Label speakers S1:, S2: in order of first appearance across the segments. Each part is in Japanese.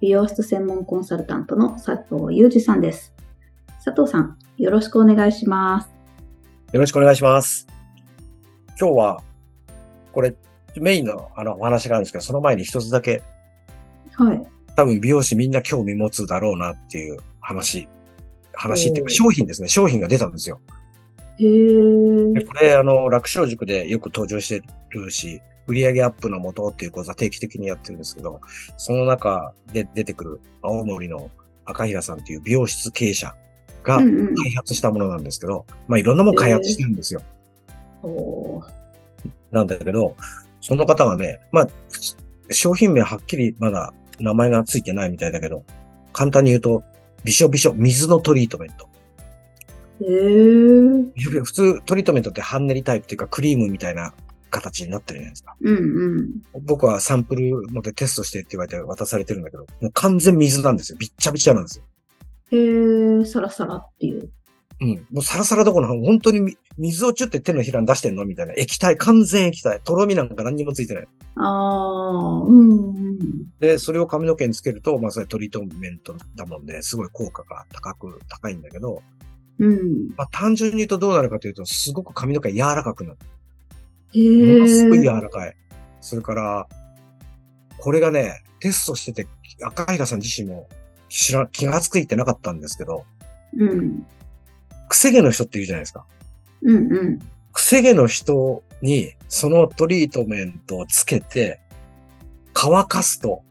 S1: 美容室専門コンサルタントの佐藤裕二さんです。佐藤さん、よろしくお願いします。
S2: よろしくお願いします。今日は、これ、メインのあのお話があるんですけど、その前に一つだけ、
S1: はい。
S2: 多分美容師みんな興味持つだろうなっていう話、話っていう
S1: お
S2: か
S1: ー
S2: 商品ですね、商品が出たんですよ。
S1: へ
S2: で
S1: ー。
S2: これ、あの、楽勝塾でよく登場してるし、売上アップのもとっていう講座定期的にやってるんですけど、その中で出てくる青森の赤平さんっていう美容室経営者が
S1: うんうん。
S2: 開発したものなんですけど、まあいろんなもの開発してるんですよ。
S1: おー
S2: なんだけど、その方がね、まあ、商品名はっきりまだ名前がついてないみたいだけど、簡単に言うと、びしょびしょ、水のトリートメン ト。
S1: へー。
S2: びしょびしょ普通、トリートメントってハンネリタイプっていうかクリームみたいな形になってるじゃないですか。
S1: うんうん。
S2: 僕はサンプル持ってテストしてって言われて渡されてるんだけど、もう完全水なんですよ。びっちゃびちゃなんですよ。
S1: へー。サラサラっていう。
S2: うん。もうサラサラどころの本当にみ水をチュって手のひらに出してんのみたいな。液体、完全液体。とろみなんか何にもついてない。
S1: あー。うんうん。
S2: で、それを髪の毛につけると、まあ、それトリートメントだもんで、すごい効果が高く、高いんだけど、
S1: うん。
S2: まあ、単純に言うとどうなるかというと、すごく髪の毛が柔らかくなる。
S1: へ
S2: ものすごい柔
S1: ー。
S2: らかい。それから、これがね、テストしてて、赤平さん自身も知ら、気がつくいてなかったんですけど、
S1: うん。
S2: 癖毛の人って言うじゃないですか。
S1: うんうん。
S2: 癖毛の人に、そのトリートメントをつけて、乾かすと、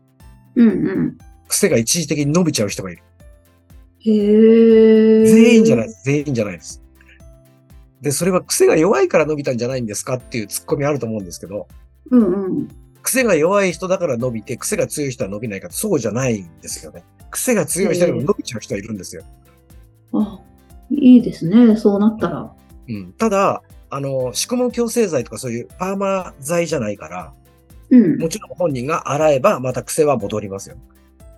S1: うんうん。
S2: 癖が一時的に伸びちゃう人がいる。
S1: へー。
S2: 全員じゃないです。全員じゃないです。で、それは癖が弱いから伸びたんじゃないんですかっていうツッコミあると思うんですけど、
S1: うんうん。
S2: 癖が弱い人だから伸びて、癖が強い人は伸びないから、そうじゃないんですよね。癖が強い人でも伸びちゃう人はいるんですよ。
S1: あ、いいですね。そうなったら。
S2: うん。ただ、あの、宿毛矯正剤とかそういうパーマ剤じゃないから、
S1: うん。
S2: もちろん本人が洗えばまた癖は戻りますよ。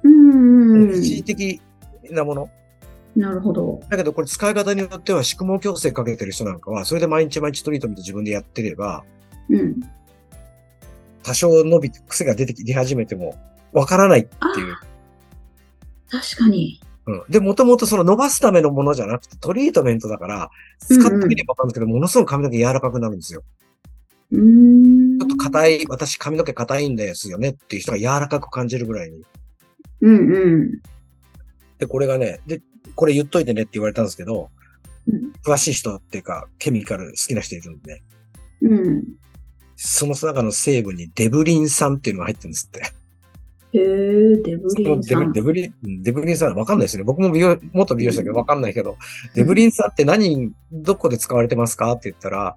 S1: うんうん。
S2: 一時的なもの。
S1: なるほど。
S2: だけどこれ使い方によっては宿毛矯正かけてる人なんかは、それで毎日毎日トリートメント自分でやってれば、
S1: うん。
S2: 多少伸びて癖が出てき出始めてもわからないっていう。
S1: 確かに。
S2: うん、で、もともとその伸ばすためのものじゃなくてトリートメントだから、使ってみればわかるんですけど、ものすごく髪の毛柔らかくなるんですよ。
S1: うーん。
S2: ちょっと硬い、私髪の毛硬いんですよねっていう人が柔らかく感じるぐらいに。
S1: うんうん。
S2: で、これがね、で、これ言っといてねって言われたんですけど、
S1: うん
S2: 詳しい人っていうか、ケミカル好きな人いるんで、ね、
S1: うん。
S2: その中の成分にデブリン酸っていうのが入ってるんですって。
S1: へえ、デブ
S2: そ
S1: リ
S2: の
S1: ン
S2: デ
S1: さ
S2: ブ
S1: ん。
S2: デブリン、デブリン酸わかんないですね。僕も美容、元美容師だけどわかんないけど、デブリン酸って何、どこで使われてますかって言ったら、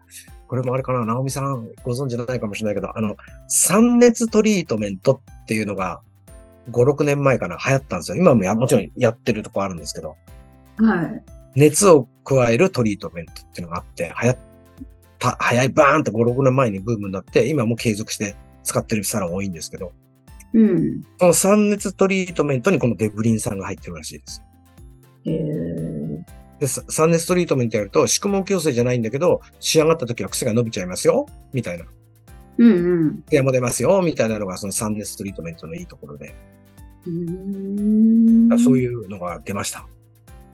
S2: これもあれかな、直美さんご存知ないかもしれないけど、あの、酸熱トリートメントっていうのが、5、6年前かな、流行ったんですよ。今もやもちろんやってるとこあるんですけど、
S1: はい。
S2: 熱を加えるトリートメントっていうのがあって、流行った、早い、バーンと5、6年前にブームになって、今も継続して使ってるサロン多いんですけど、
S1: うん。
S2: この酸熱トリートメントにこのデブリン酸が入ってるらしいです。
S1: へえ。
S2: で、さサンネストリートメントやると、宿毛矯正じゃないんだけど、仕上がった時は癖が伸びちゃいますよ、みたいな。
S1: うん
S2: 艶も出ますよ、みたいなのが、そのサンネストリートメントのいいところで、
S1: うん。うーん。
S2: そう
S1: う。
S2: いうのが出ました。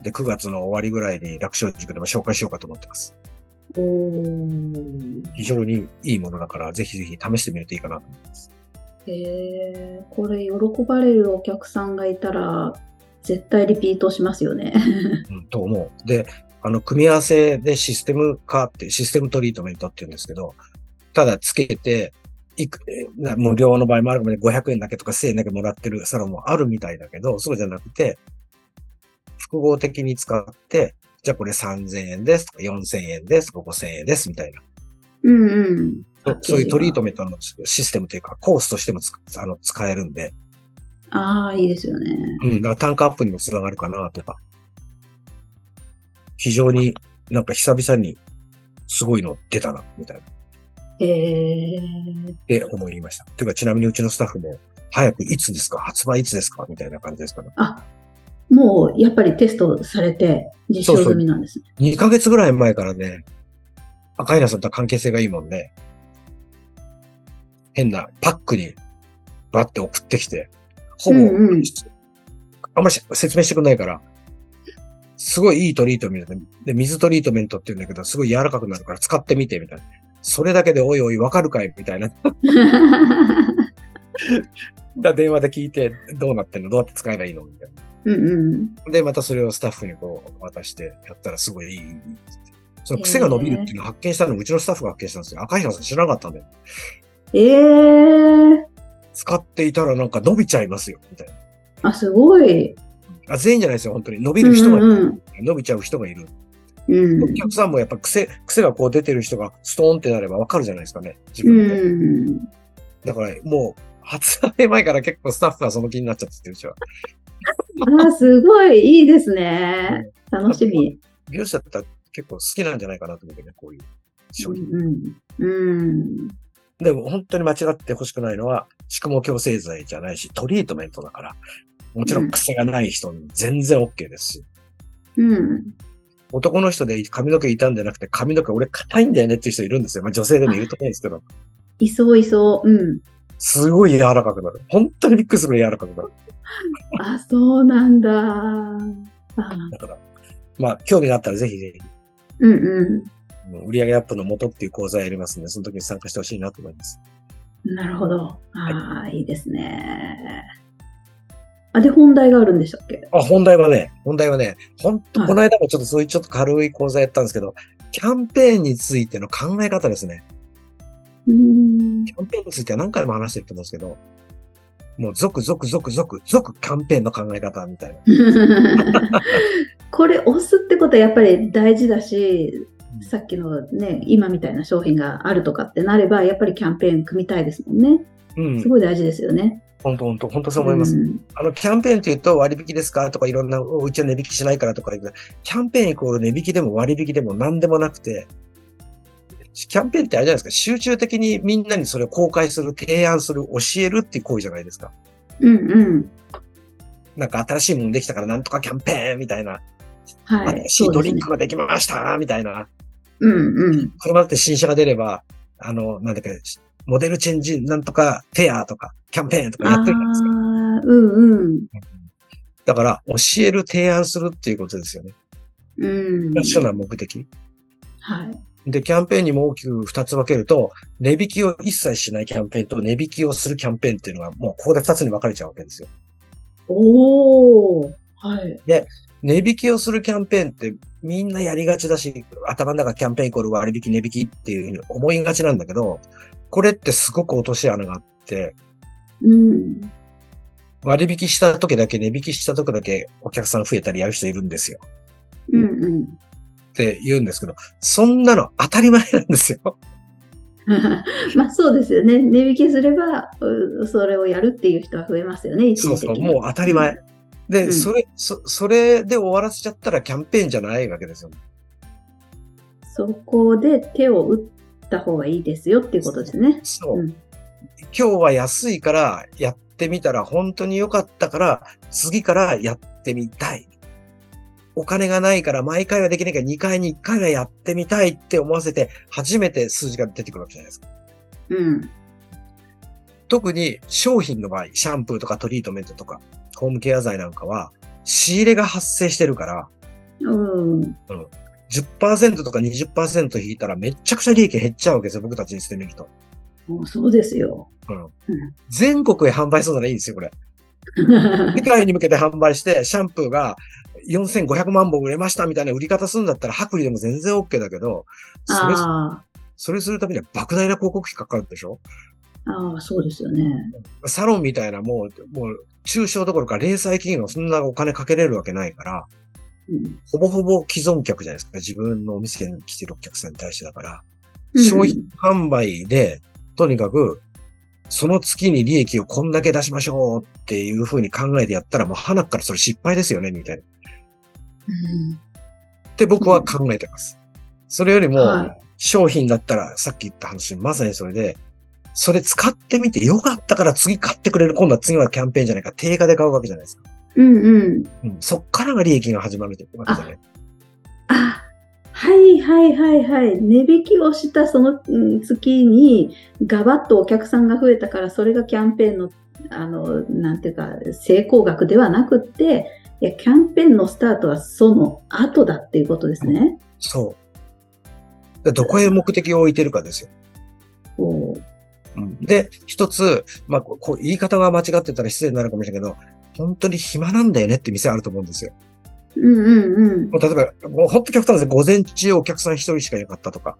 S2: で、9月の終わりぐらいに楽勝塾でも紹介しようかと思ってます。
S1: おー
S2: 非常にいいものだから、ぜひぜひ試してみるといいかなと思います。
S1: へえ、これ喜ばれるお客さんがいたら、絶対リピートしますよね。
S2: うん、と思う。で、あの、組み合わせでシステム化って、システムトリートメントって言うんですけど、ただつけて、いく、えーな無料の場合もあるかもね、500円だけとか1000円だけもらってるサロンもあるみたいだけど、そうじゃなくて、複合的に使って、じゃあこれ3000円ですとか4000円ですとか5000円ですみたいな。
S1: うん うん。
S2: そうそういうトリート
S1: メン
S2: メントのシステムというか、コースとしてもつあの使えるんで、
S1: ト。ああ、いいですよね。
S2: うん、だから単価アップにもつながるかなとか、非常になんか久々にすごいの出たな、みたいな。
S1: えー、
S2: って思いました。ていうか、ちなみにうちのスタッフも、早くいつですか発売いつですかみたいな感じですから。
S1: あ、もうやっぱりテストされて実証済みなんですね。
S2: 2ヶ月ぐらい前からね、赤いなさんとは関係性がいいもんね。変なパックにバッて送ってきて、ほぼ、
S1: うんうん
S2: あんまし説明してくんないから、すごいいいトリートメントで、水トリートメントって言うんだけど、すごい柔らかくなるから使ってみてみたいな。それだけでおいおいわかるかいみたいな。 電話で聞いて、どうなってんのどうやって使えばいいのみたいな。
S1: うんうん。
S2: で、またそれをスタッフにこう渡してやったらすごいいい。その癖が伸びるっていうのを発見したのうちのスタッフが発見したんですよ。赤平さん知らなかったんで。
S1: えー、
S2: 使っていたらなんか伸びちゃいますよ、みたい
S1: あ、すごい。
S2: な。あ全員じゃないですよ、本当に。伸びる人がいる。
S1: うん
S2: 伸びちゃう人がいる。
S1: うん。
S2: お客さんもやっぱ癖、癖がこう出てる人がストーンってなればわかるじゃないですかね。自
S1: うん。う
S2: 分で。
S1: ん。
S2: だからもう、発売前から結構スタッフがその気になっちゃってて、うちは。
S1: あ、すごい。いいですね。楽しみ。
S2: 美容師だったら結構好きなんじゃないかなと思ってね、こういう商
S1: う
S2: 品。
S1: んうん。
S2: でも本当に間違ってほしくないのは、宿毛矯正剤じゃないし、トリートメントだから、もちろん癖がない人に全然 OK ですし、
S1: うん。うん。
S2: 男の人で髪の毛傷んでなくて、髪の毛俺硬いんだよねっていう人いるんですよ。まあ女性でもいると思うんですけど、
S1: いそういそう。うん。
S2: すごい柔らかくなる。本当にびっくりするぐらい柔らかくなる。
S1: あ、そうなんだ。あ
S2: だから、まあ興味があったらぜひぜひ、
S1: うんう
S2: うん売上アップの元っていう講座やりますんで、その時に参加してほしいなと思います。
S1: ん。なるほど。ああ、いいですね。あ、で、本題があるんでしたっけ
S2: あ、本題はね、本題はね、ほんと、
S1: はい
S2: この間もちょっとそういうちょっと軽い講座やったんですけど、キャンペーンについての考え方ですね。
S1: うーん。
S2: キャンペーンについては何回も話してると思うんですけど、もう、続々続々続キャンペーンの考え方みたいな。
S1: これ押すってことはやっぱり大事だし、さっきのね、今みたいな商品があるとかってなれば、やっぱりキャンペーン組みたいですもんね。
S2: うん
S1: す、ごい大事ですよね。
S2: 本当本当本当そう思います。
S1: うん
S2: あの、キャンペーンって言うと割引ですかとかいろんな、おうちは値引きしないからとか言うけどキャンペーンイコール値引きでも割引でも何でもなくて、キャンペーンってあれじゃないですか、集中的にみんなにそれを公開する、提案する、教えるっていう行為じゃないですか。
S1: うんうん。
S2: なんか新しいものできたからなんとかキャンペーンみたいな、
S1: はい。
S2: 新しい
S1: そう
S2: ド
S1: で
S2: リ
S1: す
S2: ン
S1: ね
S2: ク。ができましたみたいな。
S1: うんうん。
S2: 車だって新車が出れば、あの、なんだっけ、モデルチェンジなんとかフェアとかキャンペーンとかや
S1: あ
S2: っ
S1: あ
S2: てるじゃないですか。
S1: ー、うんうん。
S2: だから、教える、提案するっていうことですよね。
S1: うん。
S2: ラッシュな目的。
S1: はい。
S2: で、キャンペーンにも大きく2つ分けると、値引きを一切しないキャンペーンと値引きをするキャンペーンっていうのが、もうここで2つに分かれちゃうわけですよ。
S1: おお。はい。
S2: 値引きをするキャンペーンってみんなやりがちだし、頭の中キャンペーンイコール割引値引きっていうふうに思いがちなんだけど、これってすごく落とし穴があって、
S1: うん。
S2: 割引した時だけ値引きした時だけお客さん増えたりやる人いるんですよ。
S1: うんうん。
S2: って言うんですけど、そんなの当たり前なんで すよ。
S1: まあそうですよね。値引きすれば、うそれをやるっていう人は増えますよね、一
S2: そう
S1: 時
S2: そう、
S1: 的に。
S2: もう当たり前。で、
S1: うん
S2: それ、そ、それで終わらせちゃったらキャンペーンじゃないわけですよ。
S1: そこで手を打った方がいいですよっていうことですね。
S2: そう。
S1: うん
S2: 今日は安いからやってみたら本当に良かったから、次からやってみたい。お金がないから毎回はできないから2回に1回はやってみたいって思わせて、初めて数字が出てくるわけじゃないですか。
S1: うん。
S2: 特に商品の場合、シャンプーとかトリートメントとか、ホームケア剤なんかは、仕入れが発生してるから、
S1: うん。
S2: 10%とか20%引いたらめっちゃくちゃ利益減っちゃうわけですよ、僕たちにしてみると。
S1: もうそうですよ。
S2: 全国へ販売するならいいんですよ、これ。世界に向けて販売して、シャンプーが4500万本売れましたみたいな売り方するんだったら、薄利でも全然 OK だけど、それ、
S1: あ
S2: それするためには莫大な広告費かかるでしょ
S1: あ、ああ、そうですよね。
S2: サロンみたいなもう、もう、中小どころか零細企業はそんなお金かけれるわけないから、
S1: うん
S2: ほぼほぼ既存客じゃないですか。自分のお店に来てるお客さんに対してだから。商品販売で、とにかく、その月に利益をこんだけ出しましょうっていう風に考えてやったら、もう花からそれ失敗ですよね、みたいな。
S1: うん
S2: って僕は考えてます。それより
S1: は
S2: も、商品だったら、さっき言った話、まさにそれで、それ使ってみてよかったから次買ってくれる、今度は次はキャンペーンじゃないか、定価で買うわけじゃないですか。
S1: うんうん。
S2: うん、そっからが利益が始まるってわけじゃない。
S1: あ、はいはいはいはい。値引きをしたそのうん月に、ガバッとお客さんが増えたから、それがキャンペーンの、あの、なんていうか、成功額ではなくって、いや、キャンペーンのスタートはその後だっていうことですね。
S2: そう。でどこへ目的を置いてるかですよ。
S1: おー
S2: で、一つ、まあ、ここう言い方が間違ってたら失礼になるかもしれないけど、本当に暇なんだよねって店あると思うんですよ。
S1: うんうんうん。
S2: もう例えば、もう本当極端ですね。午前中お客さん一人しかいなかったとか、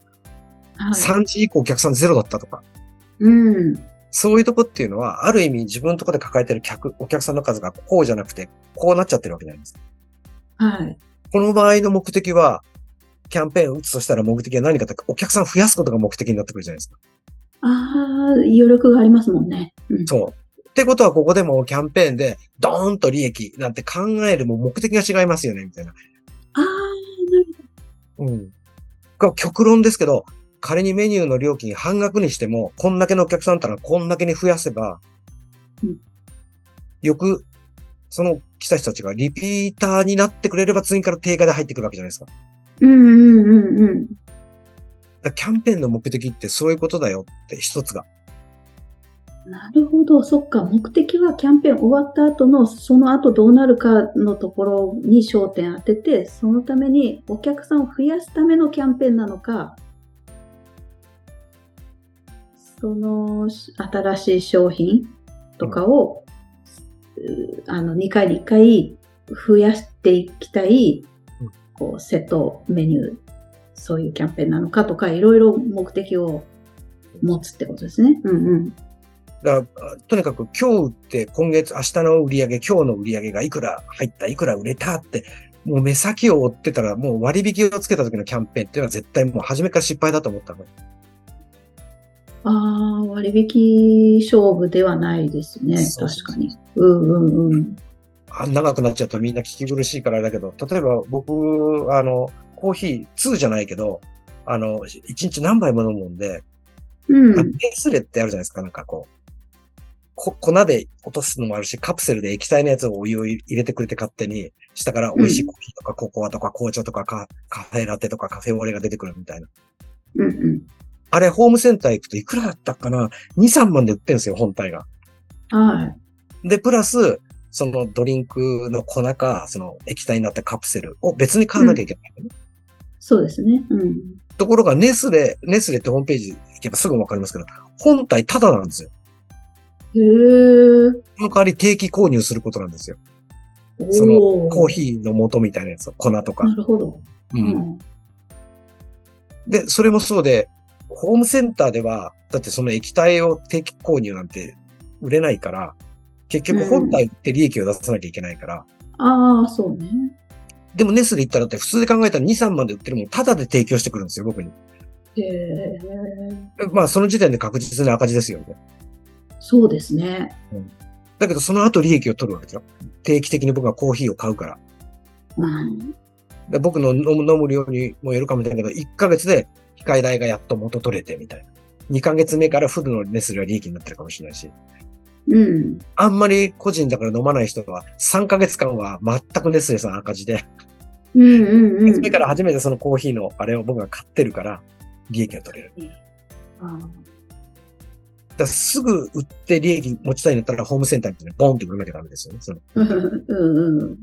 S1: はい、
S2: 3時以降お客さんゼロだったとか、
S1: うん。
S2: そういうとこっていうのは、ある意味自分のとこで抱えてる客、お客さんの数がこうじゃなくて、こうなっちゃってるわけじゃないですか。
S1: はい。
S2: この場合の目的は、キャンペーン打つとしたら目的は何かって、お客さん増やすことが目的になってくるじゃないですか。
S1: ああ、余力がありますもんね。うん、
S2: そう。ってことは、ここでもキャンペーンで、ドーンと利益なんて考えるも目的が違いますよね、みたいな。
S1: ああ、なる
S2: うん。が極論ですけど、仮にメニューの料金半額にしても、こんだけのお客さんだったらこんだけに増やせば、
S1: うん
S2: よく、その来た人たちがリピーターになってくれれば次から定価で入ってくるわけじゃないですか。だか
S1: ほど。うんうんうんうん。
S2: らキャンペーンの目的ってそういうことだよって一つが。
S1: なるほど、そっか、目的はキャンペーン終わった後の、その後どうなるかのところに焦点当てて、そのためにお客さんを増やすためのキャンペーンなのか、そのし新しい商品とかを、うあの2回に1回増やしていきたい、
S2: うん
S1: こうセットメニュー、そういうキャンペーンなのかとか、いろいろ目的を持つってことですね。うんうん
S2: だから、とにかく今日売って今月、明日の売り上げ、今日の売り上げがいくら入った、いくら売れたって、もう目先を追ってたら、もう割引をつけた時のキャンペーンっていうのは絶対もう初めから失敗だと思ったの。
S1: ああ、割引勝負ではないですね。
S2: そう
S1: 確かに。うんうんうん。
S2: あ長くなっちゃうとみんな聞き苦しいからあれだけど、例えば僕、あの、コーヒー2じゃないけど、あの、1日何杯も飲むんで、
S1: う
S2: あ
S1: ん。
S2: ペースレってあるじゃないですか、なんかこう。こ粉で落とすのもあるし、カプセルで液体のやつをお湯を入れてくれて勝手に、下から美味しいコーヒーとかココアとか紅茶とかカカフェラテとかカフェオレが出てくるみたいな。
S1: うんうん。
S2: あれ、ホームセンター行くといくらだったかな ?2、3万で売ってるんですよ、本体が。
S1: はい。
S2: で、プラス、そのドリンクの粉か、その液体になったカプセルを別に買わなきゃいけない、
S1: そうですね。うん。
S2: ところが、ネスレ、ネスレってホームページ行けばすぐわかりますけど、本体タダなんですよ。
S1: へえ。
S2: その代わり定期購入することなんですよ。その
S1: おお。
S2: コーヒーの元みたいなやつを、粉と
S1: な
S2: か。
S1: るほど。
S2: う
S1: うんん。
S2: で、それもそうで、ホームセンターでは、だってその液体を定期購入なんて売れないから、結局本体って利益を出さなきゃいけないから、
S1: ああ、そうね。
S2: でもネスレ行ったらだって普通で考えたら2、3万で売ってるもん、タダで提供してくるんですよ、僕に。
S1: へえ。
S2: まあ、その時点で確実な赤字ですよね。
S1: そうですね。
S2: だけど、その後利益を取るわけですよ。定期的に僕はコーヒーを買うから。
S1: うん。
S2: で僕の飲む飲む量にもよるかもしれないけど、1ヶ月で機械代がやっと元取れてみたいな。2ヶ月目からフルのネスレは利益になってるかもしれないし。
S1: うん。
S2: あんまり個人だから飲まない人は、3ヶ月間は全くネスレさん赤字で、
S1: うんうんう
S2: そ
S1: ん
S2: れ。から初めてそのコーヒーのあれを僕が買ってるから、利益が取れる。
S1: あー
S2: だからすぐ売って利益持ちたいんだったら、ホームセンターにボンって売らなきゃダメですよね。その
S1: うんうん うん。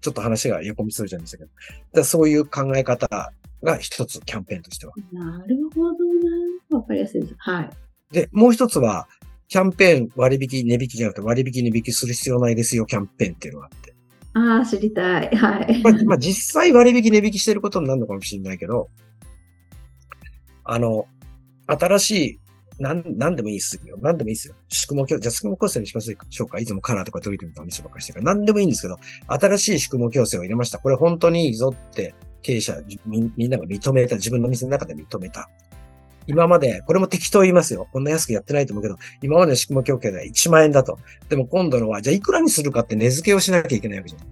S2: ちょっと話が横道それちゃいましたけど、だからそういう考え方が一つキャンペーンとしては。
S1: なるほどな。わかりやすいです。はい。
S2: で、もう一つは、キャンペーン割引、値引きじゃなくて割引値引きする必要ないですよ、キャンペーンっていうのがあって。
S1: ああ、知りたい。はい。
S2: まあ、まあ実際割引値引きしてることになるのかもしれないけど、あの、新しい、なん、なんでもいいっすよ。なんでもいいっすよ。宿毛矯正、じゃあ宿毛矯正にしましょうか。いつもカラーとかトリートメントの話ばっかりしてるから、なんでもいいんですけど、新しい宿毛矯正を入れました。これ本当にいいぞって、経営者み、みんなが認めた、自分の店の中で認めた。今まで、これも適当言いますよ。こんな安くやってないと思うけど、今までの宿毛矯正では1万円だと。でも今度のは、じゃあいくらにするかって値付けをしなきゃいけないわけじゃない。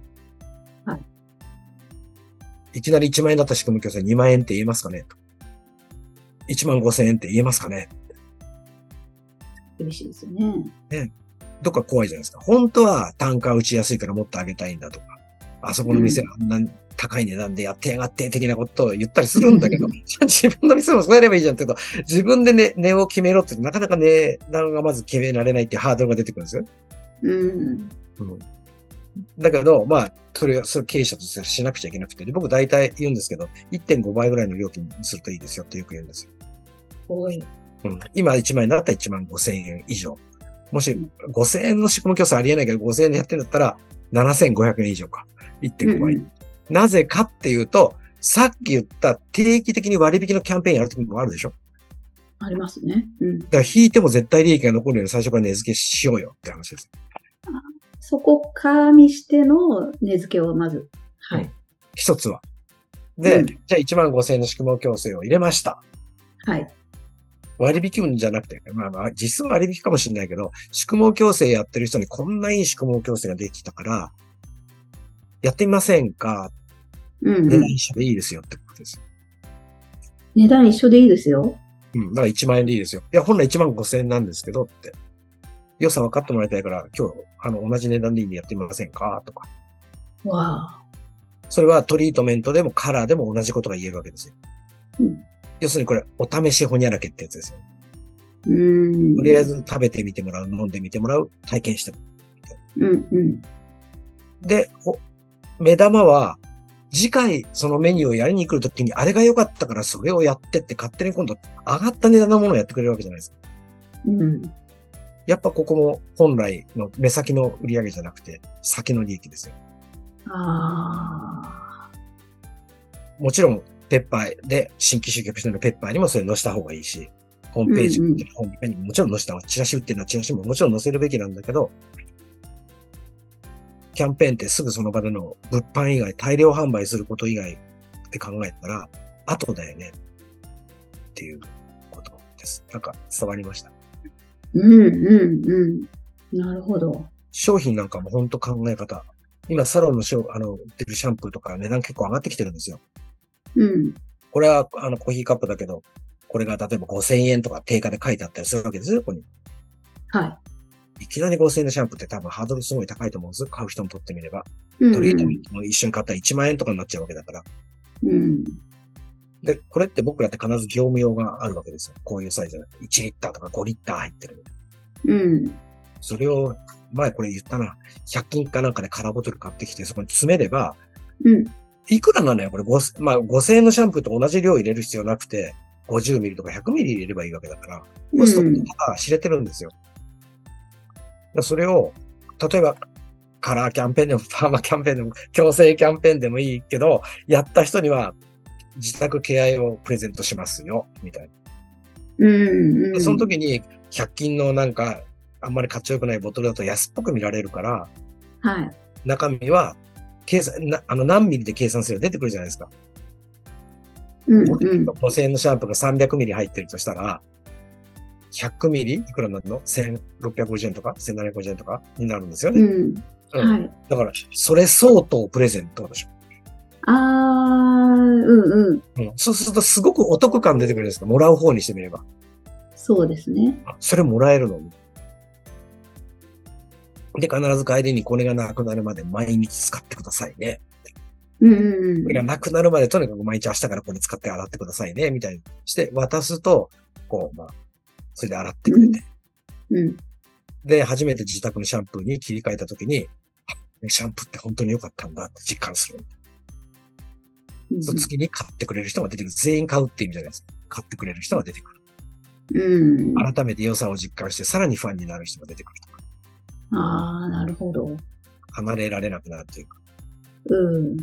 S2: いきなり1万円だった仕組み教材2万円って言えますかねと ?1 万5千円って言えますかね
S1: 厳しいですよね。
S2: とか怖いじゃないですか。本当は単価打ちやすいからもっと上げたいんだとか、あそこの店あんな高い値段でやってやがって的なことを言ったりするんだけど、
S1: う
S2: じゃあ 自分の店もそうやればいいじゃんって言うと、自分でね値を決めろって言うとなかなか値段がまず決められないっていうハードルが出てくるんですよ。
S1: うん。
S2: だけど、まあ、それは、それ経営者としてしなくちゃいけなくて、で僕大体言うんですけど、1.5倍ぐらいの料金にするといいですよってよく言うんですよ。
S1: 多い。
S2: うん、今1万円だったら1万5千円以上。もし5000円の仕込み競争ありえないけど5000円でやってるんだったら7500円以上か。1.5倍。
S1: うん
S2: なぜかっていうと、さっき言った定期的に割引のキャンペーンやるときもあるでしょ。
S1: ありますね。うん。
S2: だから引いても絶対利益が残るように最初から値付けしようよって話です。
S1: そこ加味しての値付けをまず。は
S2: うん
S1: い。
S2: 一つは。で、
S1: うん
S2: じゃあ1万5000円の仕組み競争を入れました。
S1: はい。
S2: 割引運じゃなくて、まあまあ、実質割引かもしれないけど、宿毛矯正やってる人にこんないい宿毛矯正ができたから、やってみませんか
S1: うん、
S2: 値
S1: う
S2: 段
S1: ん。
S2: 一緒でいいですよってことです。
S1: 値段一緒でいいですよ。
S2: うん。だから1万円でいいですよ。いや、本来1万5千円なんですけどって。良さ分かってもらいたいから、今日、あの、同じ値段でいいんでやってみませんかとか。
S1: わあ。
S2: それはトリートメントでもカラーでも同じことが言えるわけですよ。
S1: うん
S2: 要するにこれ、お試しほにゃらけってやつですよ。
S1: うん。
S2: とりあえず食べてみてもらう、飲んでみてもらう、体験してもらう
S1: うんうん。
S2: で、お目玉は、次回そのメニューをやりに来るときに、あれが良かったからそれをやってって勝手に今度上がった値段のものをやってくれるわけじゃないですか。
S1: うん。
S2: やっぱここも本来の目先の売り上げじゃなくて、先の利益ですよ。
S1: あ
S2: もちろん、ペッパーで、新規集客してるペッパーにもそれ載せた方がいいし、ホームページ、
S1: うんうん
S2: ホームページにももちろん載せた方が、チラシ売ってるのはチラシももちろん載せるべきなんだけど、キャンペーンってすぐその場での物販以外、大量販売すること以外って考えたら、後だよね。っていうことです。なんか伝わりました。
S1: あ。うんうんうん。なるほど。
S2: 商品なんかも本当考え方。今、サロンのショあの、売ってるシャンプーとか値段結構上がってきてるんですよ。
S1: うん。
S2: これは、あの、コーヒーカップだけど、これが例えば5000円とか定価で書いてあったりするわけですよ、ここに。
S1: はい
S2: きなり5000円のシャンプーって多分ハードルすごい高いと思うんですよ。買う人にとってみれば。
S1: い。うん
S2: トリートメントも一緒に買ったら1万円とかになっちゃうわけだから。
S1: うん。
S2: で、これって僕らって必ず業務用があるわけですよ。こういうサイズ。1リッターとか5リッター入ってる。
S1: うん。
S2: それを、前これ言ったな。100均かなんかで空ボトル買ってきて、そこに詰めれば、
S1: うん。
S2: いくらなのよ、これ5000、まあ、5000円のシャンプーと同じ量入れる必要なくて、50ミリとか100ミリ入れればいいわけだから。コスト
S1: うん
S2: が知れてるんですよ。でそれを、例えば、カラーキャンペーンでも、パーマキャンペーンでも、強制キャンペーンでもいいけど、やった人には、自宅敬愛をプレゼントしますよ、みたいな。
S1: うん。う
S2: で
S1: ん。
S2: その時に、100均のなんか、あんまりかっちょよくないボトルだと安っぽく見られるから、
S1: はい。
S2: 中身は、計算、なあの、何ミリで計算すれば出てくるじゃないですか。
S1: うんうん。
S2: 5000円のシャンプーが300ミリ入ってるとしたら、100ミリいくらになるの ?1650 円とか ?1750 円とかになるんですよね。
S1: うん。
S2: うん
S1: はい。
S2: だから、それ相当プレゼントでしょ。
S1: ああ、うんうん。
S2: うんそうするとすごくお得感出てくるんですかもらう方にしてみれば。
S1: そうですね。
S2: あそれもらえるので、必ず帰りにこれがなくなるまで毎日使ってくださいね。
S1: うんうん
S2: こ
S1: う
S2: れが
S1: ん。
S2: なくなるまでとにかく毎日明日からこれ使って洗ってくださいね、みたいにして渡すと、こう、まあ、それで洗ってくれて。
S1: うん。
S2: で、初めて自宅のシャンプーに切り替えたときに、あシャンプーって本当に良かったんだって実感する。
S1: うん
S2: そう次に買ってくれる人が出てくる。全員買うって意味じゃないですか。買ってくれる人が出てく
S1: う
S2: る。
S1: ん。
S2: 改めて良さを実感して、さらにファンになる人が出てくるとか、
S1: ああ、なるほど。
S2: 離れられなくなるというか、
S1: うん。
S2: っ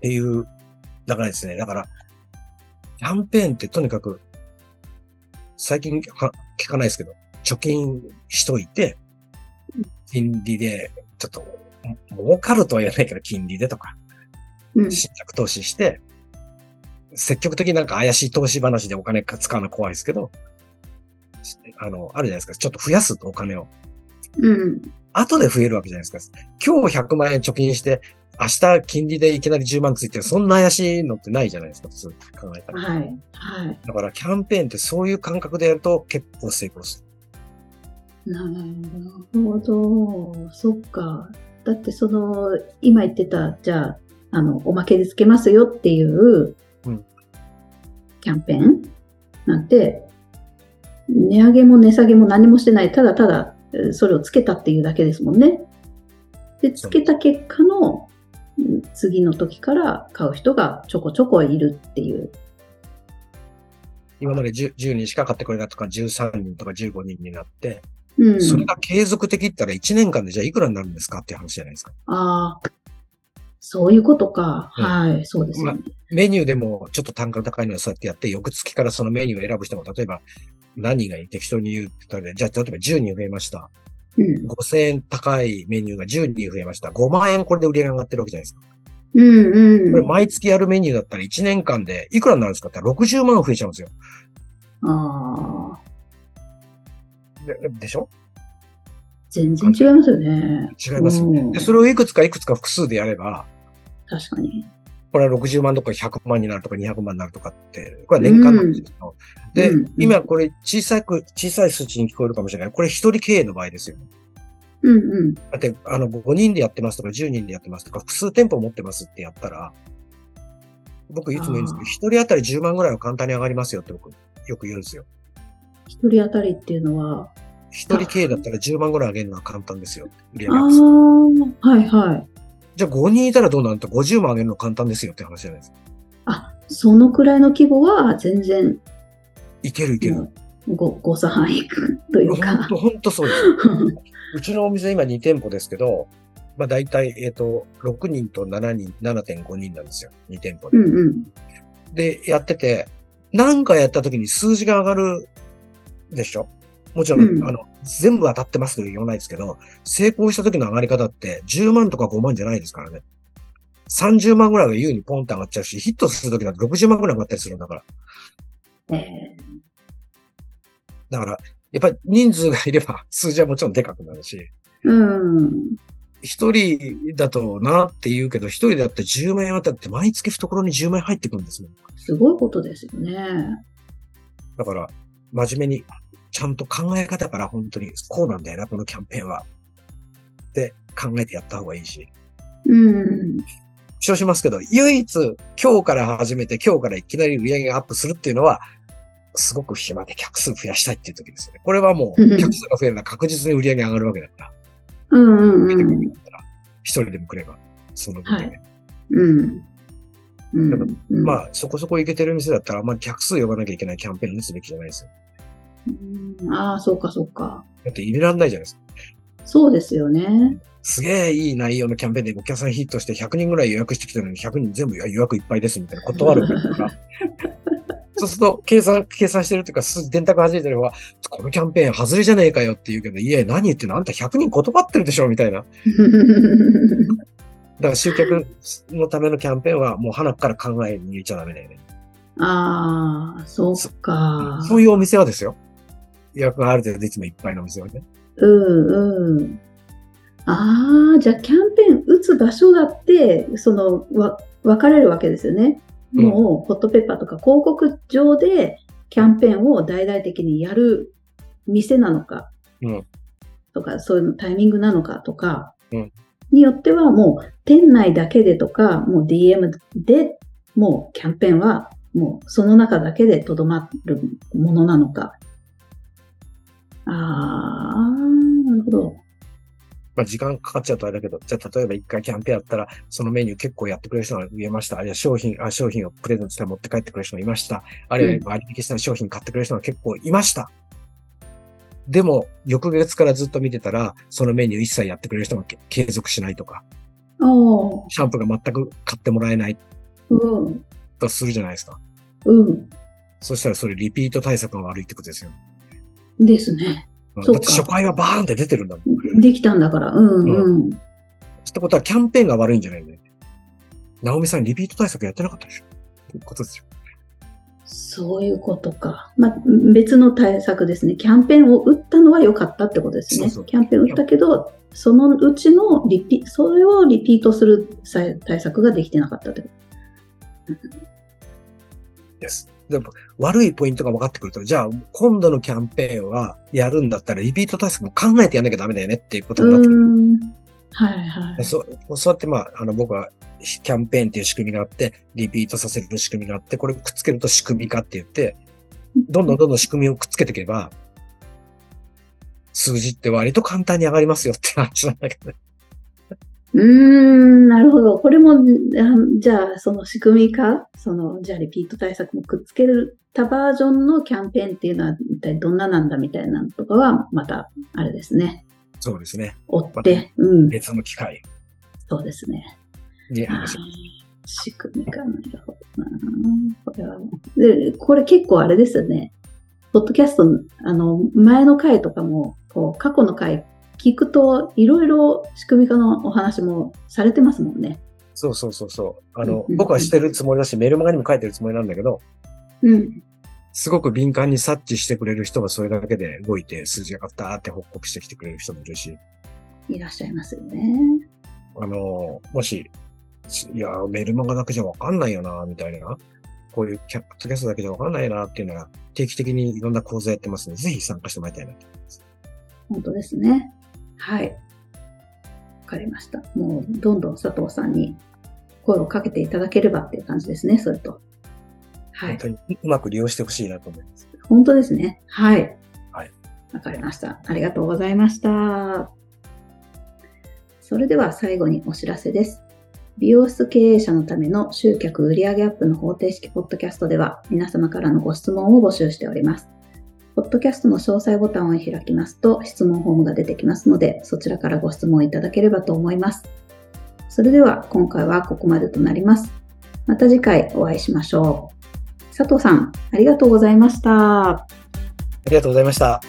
S2: ていう、だからですね、だから、キャンペーンってとにかく、最近は聞かないですけど、貯金しといて、金利で、ちょっと、儲かるとは言わないけど、金利でとか、
S1: うん。
S2: 信託投資して、積極的になんか怪しい投資話でお金か使うの怖いですけど、しあの、あるじゃないですか。ちょっと増やすとお金を。
S1: うん。
S2: 後で増えるわけじゃないですか。今日100万円貯金して、明日金利でいきなり10万ついてる、そんな怪しいのってないじゃないですか、普通考えたら。
S1: はい。はい。
S2: だからキャンペーンってそういう感覚でやると結構成功す
S1: なるほど。そっか。だってその、今言ってた、じゃあ、あの、おまけでつけますよっていう、
S2: うん
S1: キャンペーンなんて、値上げも値下げも何もしてない、ただただ、えーそれをつけたっていうだけですもんね。で、つけた結果の、うん次の時から買う人がちょこちょこいるっていう。
S2: る。今まで 10, 10人しか買ってくれなかったから13人とか15人になって、
S1: うん。
S2: それが継続的って言ったら1年間でじゃあいくらになるんですかっていう話じゃないですか。
S1: ああ、そういうことか。
S2: うん
S1: はい、そうですよ
S2: ま
S1: ね。
S2: メニューでもちょっと単価が高いのをそうやってやって、翌月からそのメニューを選ぶ人も、例えば何人がいい適当に言うって言ったら、じゃあ例えば10人増えました。
S1: うん。
S2: 5000円高いメニューが10人増えました。5万円これで売り上げ上がってるわけじゃないですか。
S1: うん
S2: こ
S1: う
S2: れ
S1: ん。
S2: 毎月やるメニューだったら1年間でいくらになるんですかって言ったら60万増えちゃうんですよ。
S1: ああ、
S2: ででしょ
S1: 全然違いますよね。
S2: 違いますよ
S1: う
S2: ね
S1: ん。
S2: で、それをいくつかいくつか複数でやれば、
S1: 確かに。
S2: これは60万とか100万になるとか200万になるとかって、これは年間なんですけど。で、
S1: うん
S2: 今これ小さく、小さい数値に聞こえるかもしれない。これ一人経営の場合ですよ。
S1: うんうん。
S2: だって、あの、5人でやってますとか10人でやってますとか、複数店舗持ってますってやったら、僕いつも言うんですけど、一人当たり10万ぐらいは簡単に上がりますよって僕、よく言うんですよ。
S1: 一人当たりっていうのは、
S2: 一人経営だったら10万ぐらい上げるのは簡単ですよ。売り
S1: あ
S2: 上げ
S1: あ
S2: です
S1: ー、はいはい。
S2: じゃあ5人いたらどうなんと50万上げるの簡単ですよって話じゃないですか。
S1: あ、そのくらいの規模は全然、
S2: いけるいける。
S1: もうご、誤差範囲という
S2: 本
S1: か。
S2: 当、本当そうです。うちのお店今2店舗ですけど、まあ大体、えっ、と、6人と7人、7.5人なんですよ。2店舗
S1: う
S2: で。
S1: んうん。
S2: で、やってて、何かやった時に数字が上がるでしょもちろん、
S1: うん
S2: あの、全部当たってますとは言わないですけど、成功した時の上がり方って10万とか5万じゃないですからね。30万ぐらいが優にポンと上がっちゃうし、ヒットする時なんて60万ぐらい上がったりするんだから。
S1: え
S2: だから、やっぱり人数がいれば 数字はもちろんでかくなるし、
S1: ー、うん。
S2: 一人だとなって言うけど、一人だって10万円当たって毎月懐に10万円入ってくるんですよ。
S1: すごいことですよね。
S2: だから、真面目に、ちゃんと考え方から本当に、こうなんだよな、このキャンペーンは。って考えてやった方がいいし。
S1: うん。
S2: 主張しますけど、唯一今日から始めて、今日からいきなり売り上げがアップするっていうのは、すごく暇で客数増やしたいっていう時ですよね。これはもう、
S1: うんうん
S2: 客数が増えるのは確実に売り上げ上がるわけだから。
S1: うんうんうん。
S2: 一人でもくれば、その分でね、
S1: うん。うん。うん
S2: まあ、そこそこいけてる店だったら、あんまり客数呼ばなきゃいけないキャンペーンにすべきじゃないですよ。
S1: うんああ、そうか、そうか。
S2: だって入れらんないじゃないですか。
S1: そうですよ ね。
S2: すげえいい内容のキャンペーンでお客さんヒットして100人ぐらい予約してきたのに100人全部いや予約いっぱいですみたいな断るから。そうすると、計算、計算してるというか、数字電卓弾いてれば、このキャンペーン外れじゃねえかよって言うけど、いや、何言ってんのあんた100人断ってるでしょみたいな。だから集客のためのキャンペーンは、もう花から考えに入れちゃダメだよね。
S1: ああ、そうか。
S2: そういうお店はですよ。予約がある程度いつもいっぱいのお店はね。
S1: うんうん。ああ、じゃあキャンペーン打つ場所だって、その、わ、分かれるわけですよね。
S2: うん
S1: もう、ホットペッパーとか広告上でキャンペーンを大々的にやる店なのか、
S2: うん
S1: とか、そういうタイミングなのかとか、
S2: うん
S1: によってはもう、店内だけでとか、もう DM で、もうキャンペーンは、もうその中だけでとどまるものなのか。ああ、なるほど。
S2: まあ、時間かかっちゃうとあれだけど、じゃあ、例えば一回キャンペーンやったら、そのメニュー結構やってくれる人が増えました。あるいは商品、あ商品をプレゼントしたら持って帰ってくれる人がいました。あるいは割引したら商品買ってくれる人が結構いました。でも、翌月からずっと見てたら、そのメニュー一切やってくれる人がけ継続しないとか、
S1: ああ、
S2: シャンプーが全く買ってもらえない
S1: うん、
S2: とするじゃないですか。
S1: うん、
S2: そしたらそれリピート対策が悪いってことですよ。
S1: ですね。
S2: だ
S1: そう
S2: っ
S1: か
S2: て初回はバーンって出てるんだもん。
S1: できたんだから、うん、うん。
S2: ってことはキャンペーンが悪いんじゃないのよね。ナオミさんリピート対策やってなかったでしょってことですよ。
S1: そういうことか。まあ、別の対策ですね。キャンペーンを打ったのは良かったってことですね。
S2: そうそう
S1: キャンペーン打ったけど、そのうちのリピ、それをリピートする際対策ができてなかったってこ。
S2: です。でも悪いポイントが分かってくると、じゃあ今度のキャンペーンはやるんだったらリピート対策も考えてやんなきゃダメだよねっていうこととになってくる。
S1: ん。はいはい。
S2: そう、そうやってまあ、あの僕はキャンペーンっていう仕組みがあって、リピートさせる仕組みがあって、これくっつけると仕組み化って言って、どんどんどんどん仕組みをくっつけていけば、数字って割と簡単に上がりますよって話なんだけどね。
S1: うーん、なるほど。これも、あじゃあ、その仕組み化、その、じゃあ、リピート対策もくっつけたバージョンのキャンペーンっていうのは、一体どんななんだみたいなのとかは、また、あれですね。
S2: そうですね。
S1: 追って、うん、
S2: 別の機会
S1: そうですね。
S2: に
S1: あー
S2: 話を
S1: 仕組み化なるほどな。これは、で、これ結構あれですよね。ポッドキャストの、あの、前の回とかも、こう、過去の回聞くと、いろいろ仕組み化のお話もされてますもんね。
S2: そうそうそうそう。あ
S1: うんうん
S2: の
S1: う、ん
S2: 僕はしてるつもりだし、メルマガにも書いてるつもりなんだけど、
S1: うん。
S2: すごく敏感に察知してくれる人がそれだけで動いて数字が上がったーって報告してきてくれる人もいるし、
S1: いらっしゃいますよね。
S2: あのー、もし、しいやー、メルマガだけじゃわかんないよなーみたいな、こういうキャットキャストだけじゃわかんないなーっていうのが定期的にいろんな講座やってますので、ぜひ参加してもらいたいなと。
S1: 本当ですね。はい。わかりました。もう、どんどん佐藤さんに声をかけていただければっていう感じですね、それと。はい
S2: 本。当にうまく利用してほしいなと思います。
S1: 本当ですね。はい。
S2: はい。
S1: わかりました。ありがとうございました。それでは最後にお知らせです。美容室経営者のための集客売上アップの方程式ポッドキャストでは皆様からのご質問を募集しております。ポッドキャストの詳細ボタンを開きますと質問フォームが出てきますのでそちらからご質問いただければと思います。それでは今回はここまでとなります。また次回お会いしましょう。佐藤さん、ありがとうございました。
S2: ありがとうございました。